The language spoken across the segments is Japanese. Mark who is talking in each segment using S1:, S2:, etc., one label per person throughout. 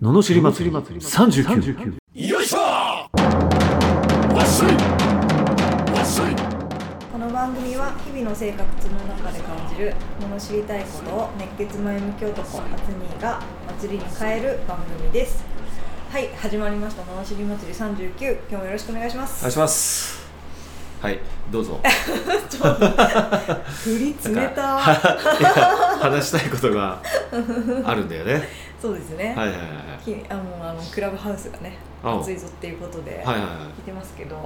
S1: ののしり祭り39
S2: よいしょわっしょいわっしょい
S3: この番組は日々の生活の中で感じる物知りたいことを熱血前向き男初兄が祭りに変える番組ですはい始まりました「物知り祭り39」今日もよろしくお願いしま
S4: お
S3: す
S4: 願いしますはいどうぞ
S3: 振り冷た
S4: なんかいや話したいことがあるんだよね
S3: そうですね、
S4: はいはいはい
S3: きあのあのクラブハウスがね
S4: あ
S3: 暑いぞっていうことで
S4: はいはい
S3: 聞
S4: はい
S3: てますけど、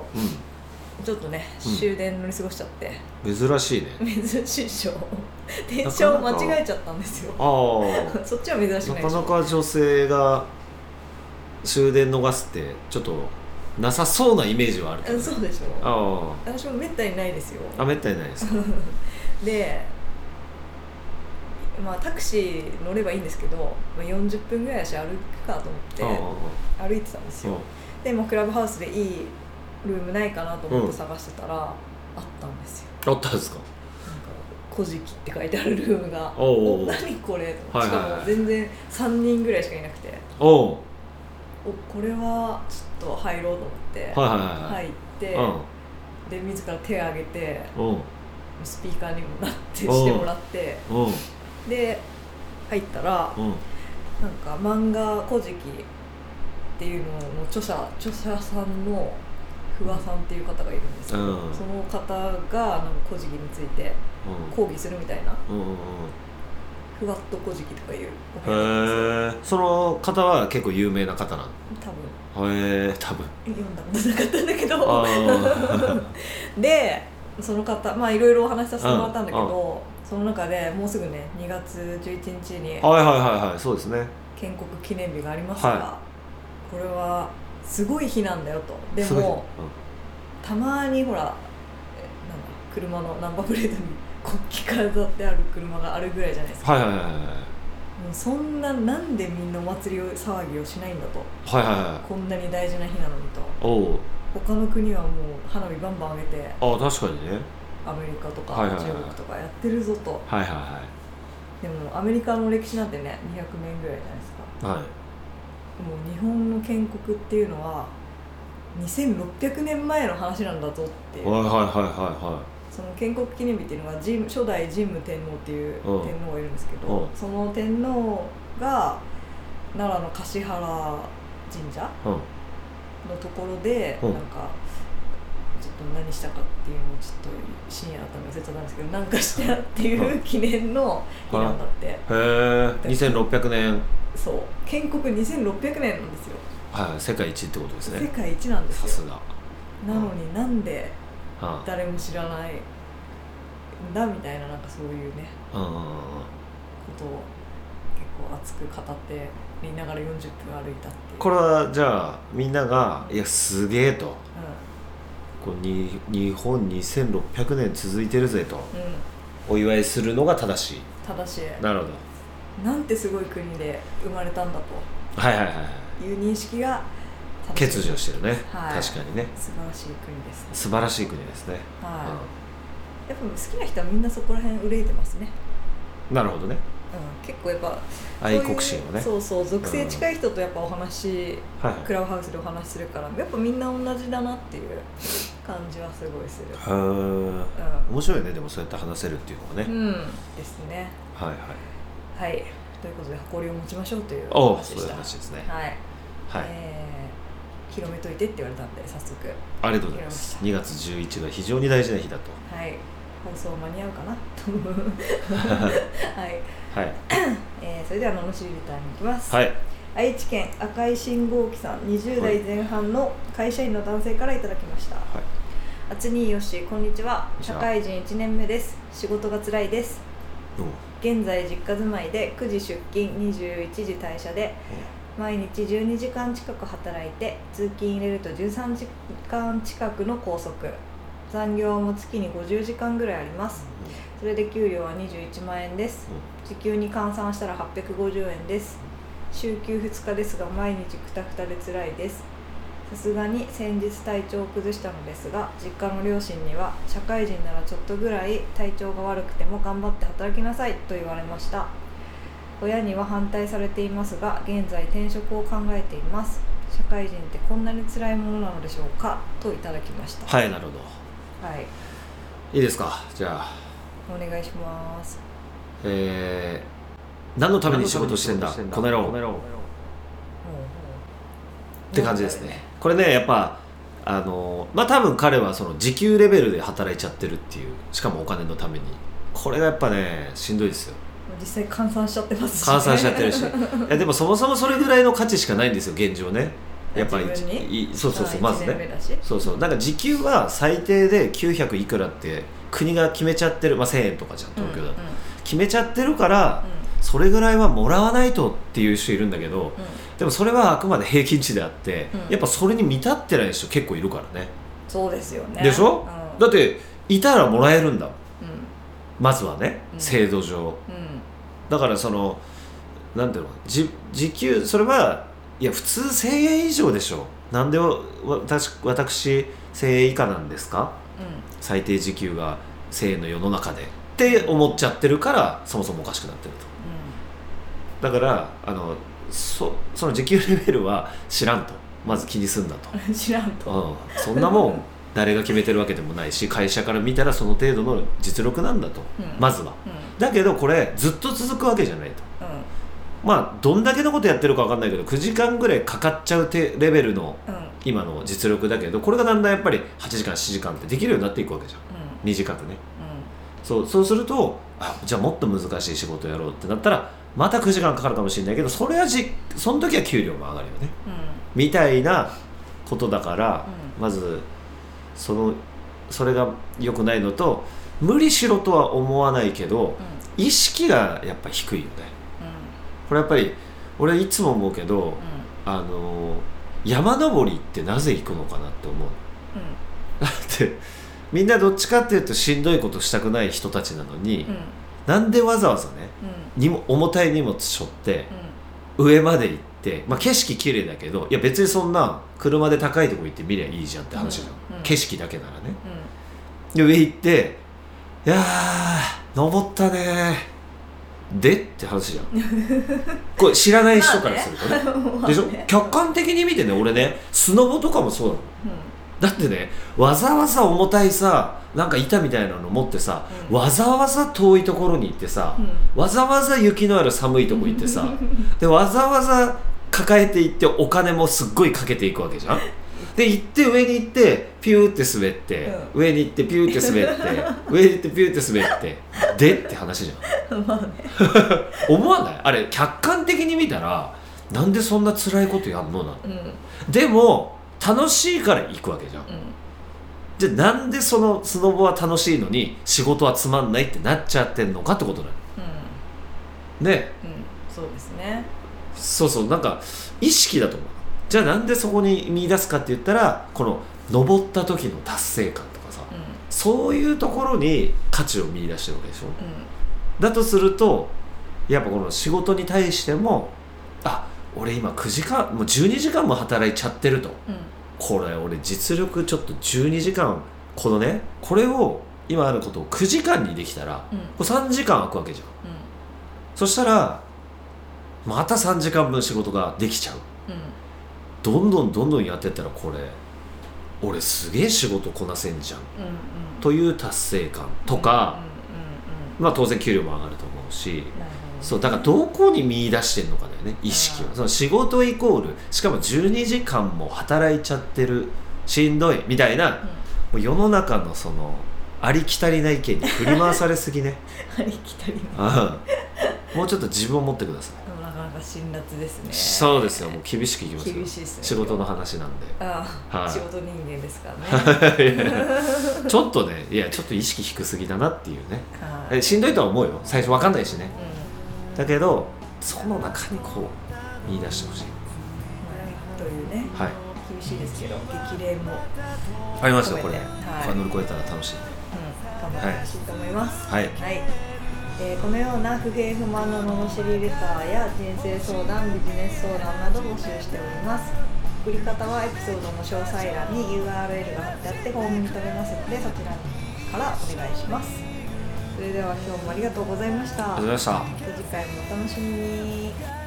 S4: い
S3: ちょっとね
S4: うん
S3: 終電乗り過ごしちゃって、
S4: うん珍しいね
S3: 珍しいでしょ電車を間違えちゃったんですよ
S4: ああ
S3: そっちは珍しく
S4: な
S3: ないで
S4: か
S3: し
S4: な
S3: ょ
S4: か女性が終電逃すってちょっとなさそうなイメージはあるけど
S3: うん
S4: ね
S3: そうでしょ
S4: あ
S3: 私もめったにないですよ
S4: ああめったにないですか
S3: でまあタクシー乗ればいいんですけど、まあ、40分ぐらいだし歩くかと
S4: ああ
S3: 思って歩いてたんですよでもうクラブハウスでいいルームないかなと思って探してたら、あったんですよ
S4: ああったんですか
S3: なんか「古事記」って書いてあるルームが
S4: おうおうおう
S3: 何これ?」と
S4: は
S3: し
S4: いはいはい
S3: かも全然3人ぐらいしかいなくて
S4: おう
S3: 「おこれはちょっと入ろう」と思って
S4: はい
S3: 入
S4: はいはい
S3: って、で自ら手を挙げて
S4: うんうん
S3: スピーカーにもなってしてもらって
S4: うん
S3: で入ったら
S4: うん
S3: なんか漫画「古事記」っていうのの著者著者さんの不破さんっていう方がいるんですけど、
S4: うん
S3: その方がなんか古事記について講義するみたいな
S4: うんうんうんうん
S3: 「ふわっと古事記」とかいうお
S4: へ
S3: 部屋なんですよ
S4: えその方は結構有名な方な
S3: 多分
S4: のへえ多分
S3: 読んだことなかったんだけ
S4: あ
S3: ど
S4: あ
S3: でその方まあいろいろお話しさせてもらったんだけ
S4: うん
S3: ど、その中でもうすぐね2月11日に
S4: はいはいはいはいそうですね
S3: 建国記念日がありますが、
S4: は
S3: これはすごい日なんだよとです
S4: ごい
S3: もたまにほらえなんだ車のナンバープレートに国旗飾ってある車があるぐらいじゃないですか
S4: はいはいはいはい
S3: もうそんななんでみんなお祭りを騒ぎをしないんだと
S4: はいはいはい
S3: こんなに大事な日なのにと
S4: おう
S3: 他の国はもう花火バンバン上げて
S4: ああ確かにね
S3: アメリカとか
S4: はいはいはい
S3: 中国とかやってるぞと、
S4: はいは
S3: でもアメリカの歴史なんてね200年ぐらいじゃないで
S4: い
S3: すか
S4: はいはい
S3: もう日本の建国っていうのは2600年前の話なんだぞっていう
S4: はいはいはいは
S3: その建国記念日っていうのは神初代神武天皇っていう天
S4: うん
S3: 皇がいるんですけど
S4: うん
S3: その天皇が奈良の橿原神社
S4: いはいうん
S3: のところで
S4: う
S3: なん
S4: ん
S3: かちょっと何したかっていうのをちょっと深夜だったの忘れちゃったんですけどなんかしたっていうう記念の日なんだって
S4: へえ2600年
S3: そう建国2600年なんですよ
S4: はい世界一ってことです
S3: 世
S4: ね
S3: 界一なんで
S4: さ
S3: すよ
S4: すが
S3: なのになんで
S4: うん
S3: 誰も知らないんだみたいななんかそういうね
S4: うんうん
S3: ことを結構熱く語って言いながら40分歩いたっていう
S4: これはじゃあみんながいやすげえとこうに日本2600年続いてるぜと
S3: うん、うん、
S4: お祝いするのが正しい
S3: ただし
S4: なるほ
S3: なんてすごい国で生まれたんだ
S4: どはいはいはいはい
S3: という認識が正しい
S4: 欠如してるね、
S3: はい
S4: 確かにね
S3: 素晴らしい国ですね
S4: 素晴らしい国ですね、
S3: はい、やっぱ好きな人はみんなそこら辺憂いてますね、
S4: うんなるほどね
S3: うん、結構やっぱ
S4: 愛国心をね
S3: そういうそうそう属性近い人とやっぱお話、
S4: はい
S3: クラブハウスでお話しするからやっぱみんな同じだなっていう感じはすごいする
S4: へー
S3: う
S4: 面白いねでもそうやって話せるっていうのは
S3: ん、
S4: ね、
S3: うん、ですね
S4: はいはい
S3: はいということで誇りを持ちましょうという
S4: おう
S3: 話
S4: そうい
S3: でし
S4: う
S3: た
S4: 話ですね
S3: はい、
S4: はい、
S3: えー広めといてって言われたんで早速
S4: ありがとうございます2月11日が非常に大事な日だと
S3: はい放送間に合うかなと 思うはい、
S4: はい
S3: えーそれでは罵りレターに行きます、
S4: はい
S3: 愛知県赤い信号機さん20代前半の会社員の男性からいただきました、
S4: い
S3: あつにいよしこんにちは
S4: こんにち
S3: 社
S4: は
S3: 会人1年目です仕事が辛いです
S4: どう
S3: 現在実家住まいで9時出勤21時退社で毎日12時間近く働いて通勤入れると13時間近くの拘束残業も月に50時間ぐらいありますそれで給料は21万円です時給に換算したら850円です週休2日ですが毎日くたくたで辛いですさすがに先日体調を崩したのですが実家の両親には社会人ならちょっとぐらい体調が悪くても頑張って働きなさいと言われました親には反対されていますが現在転職を考えています社会人ってこんなに辛いものなのでしょうかといただきました
S4: はいなるほど
S3: はい、
S4: いいですかじゃあ
S3: お願いします
S4: えー、何のために仕事してんだこの野郎って感じですねこれねやっぱあのまあ多分彼はその時給レベルで働いちゃってるっていうしかもお金のためにこれがやっぱねしんどいですよ
S3: もう実際換算しちゃってますね
S4: 換算しちゃって るしいやでもそもそもそれぐらいの価値しかないんですよ現状ねやっぱり
S3: 自分に
S4: いそうそうそう
S3: あ
S4: まず
S3: 一年目
S4: ね
S3: だし
S4: そうそうなんか時給は最低で900いくらって国が決めちゃってる、まあ、1000円とかじゃん東京だと、
S3: うん
S4: 決めちゃってるから
S3: うん
S4: それぐらいはもらわないとっていう人いるんだけど
S3: うんうん
S4: でもそれはあくまで平均値であって、
S3: うん
S4: やっぱそれに満たってない人結構いるからね
S3: そうですよね
S4: でしょ、
S3: うん、
S4: だっていたらもらえるんだもん
S3: う
S4: まずはね
S3: うん
S4: 制度上、
S3: んうん
S4: だからそのなんていうのじ時給それはいや普通1000円以上でしょなんでわ私私1000円以下なんですか最低時給が1000円の世の中でって思っちゃってるからそもそもおかしくなってるとだからあのそその時給レベルは知らんとまず気にすんなと、
S3: うんうん知らんと
S4: うん、そんなもん誰が決めてるわけでもないし会社から見たらその程度の実力なんだと、
S3: うん
S4: まずは
S3: うん
S4: だけどこれずっと続くわけじゃないと
S3: う
S4: まあどんだけのことやってるか分かんないけど9時間ぐらいかかっちゃうてレベルの
S3: んうんうん
S4: 今の実力だけどこれがだんだんやっぱり8時間7時間ってできるようになっていくわけじゃん短くねそうそうするとあじゃあもっと難しい仕事やろうってなったらまた9時間かかるかもしれないけどそれはじその時は給料も上がるよね
S3: うん
S4: みたいなことだから、まずそのそれが良くないのと無理しろとは思わないけど意識がやっぱ低いよねこれやっぱり俺いつも思うけどあの山登りってなぜ行くのかなって思うだってみんなどっちかっていうとしんどいことしたくない人たちなのに、
S3: うんうんうんうんうんうん
S4: なんでわざわざね荷物重たい荷物背負って上まで行って、まあ、景色綺麗だけどいや別にそんな車で高いとこ行って見りゃいいじゃんって話じゃん、
S3: うんうん
S4: 景色だけならねで上行って「いやー登ったねーで?」って話 じゃんこれ知らない人からするとね
S3: うんうん
S4: でしょ
S3: まあね
S4: 客観的に見てね俺ねスノボとかもそうなのだってねわざわざ重たいさなんか板みたいなの持ってさ、
S3: うん
S4: わざわざ遠いところに行ってさ、
S3: うんうん
S4: わざわざ雪のある寒いとこ行ってさでわざわざ抱えていってお金もすっごいかけていくわけじゃんで行って上に行ってピューって滑って、上に行ってピューって滑って上に行ってピューって滑ってでって話じゃ
S3: まあね
S4: ん思わないあれ客観的に見たらなんでそんな辛いことやんのな
S3: うんうん
S4: でも楽しいから行くわけじゃんじゃあなんでそのスノボは楽しいのに仕事はつまんないってなっちゃってんのかってことなの
S3: う
S4: ね
S3: んうんそうですね
S4: そうそうなんか意識だと思うじゃあなんでそこに見出すかって言ったらこの登った時の達成感とかさ
S3: うん
S4: そういうところに価値を見出してるわけでしょ
S3: う
S4: だとするとやっぱこの仕事に対してもあ俺今9時間もう12時間も働いちゃってると
S3: んうん
S4: これ俺実力ちょっと12時間このねこれを今あることを9時間にできたら
S3: うん
S4: これ3時間空くわけじゃん
S3: うん
S4: そしたらまた3時間分仕事ができちゃう
S3: うん
S4: どんどんどんどんやってったらこれ俺すげえ仕事こなせんじゃん
S3: うんうん
S4: という達成感とか、
S3: う
S4: まあ当然給料も上がると思うし
S3: んうんうんなるほど
S4: そうだからどこに見出してんのかだよね意識
S3: う
S4: を
S3: ん
S4: その仕事イコールしかも12時間も働いちゃってるしんどいみたいなもう世の中のそのありきたりな意見に振り回されすぎね
S3: うんありきたりな
S4: うんもうちょっと自分を持ってください、
S3: でもなかなか辛辣ですね
S4: そうですよもう厳しくいきますよ
S3: 厳しいですね
S4: 仕事の話なんで
S3: ああ、
S4: はい
S3: 仕事人間ですからね
S4: ちょっとねいやちょっと意識低すぎだなっていうね
S3: は い
S4: えしんどいとは思うよ最初わかんないしね
S3: うん
S4: だけどその中にこう見出してほしい
S3: まあというね
S4: はい
S3: 厳しいですけど激励も、うん、
S4: ありましたよこれ、
S3: はい
S4: これ乗り越えたら楽しいね
S3: 頑張ってほしいと思います
S4: はい
S3: はいえーこのような不平不満の罵りレターや人生相談ビジネス相談など募集しております送り方はエピソードの詳細欄に URL が貼ってあってホームに飛べますのでそちらからお願いしますそれでは今日もありがとうございました
S4: ありがとうございました
S3: また次回もお楽しみに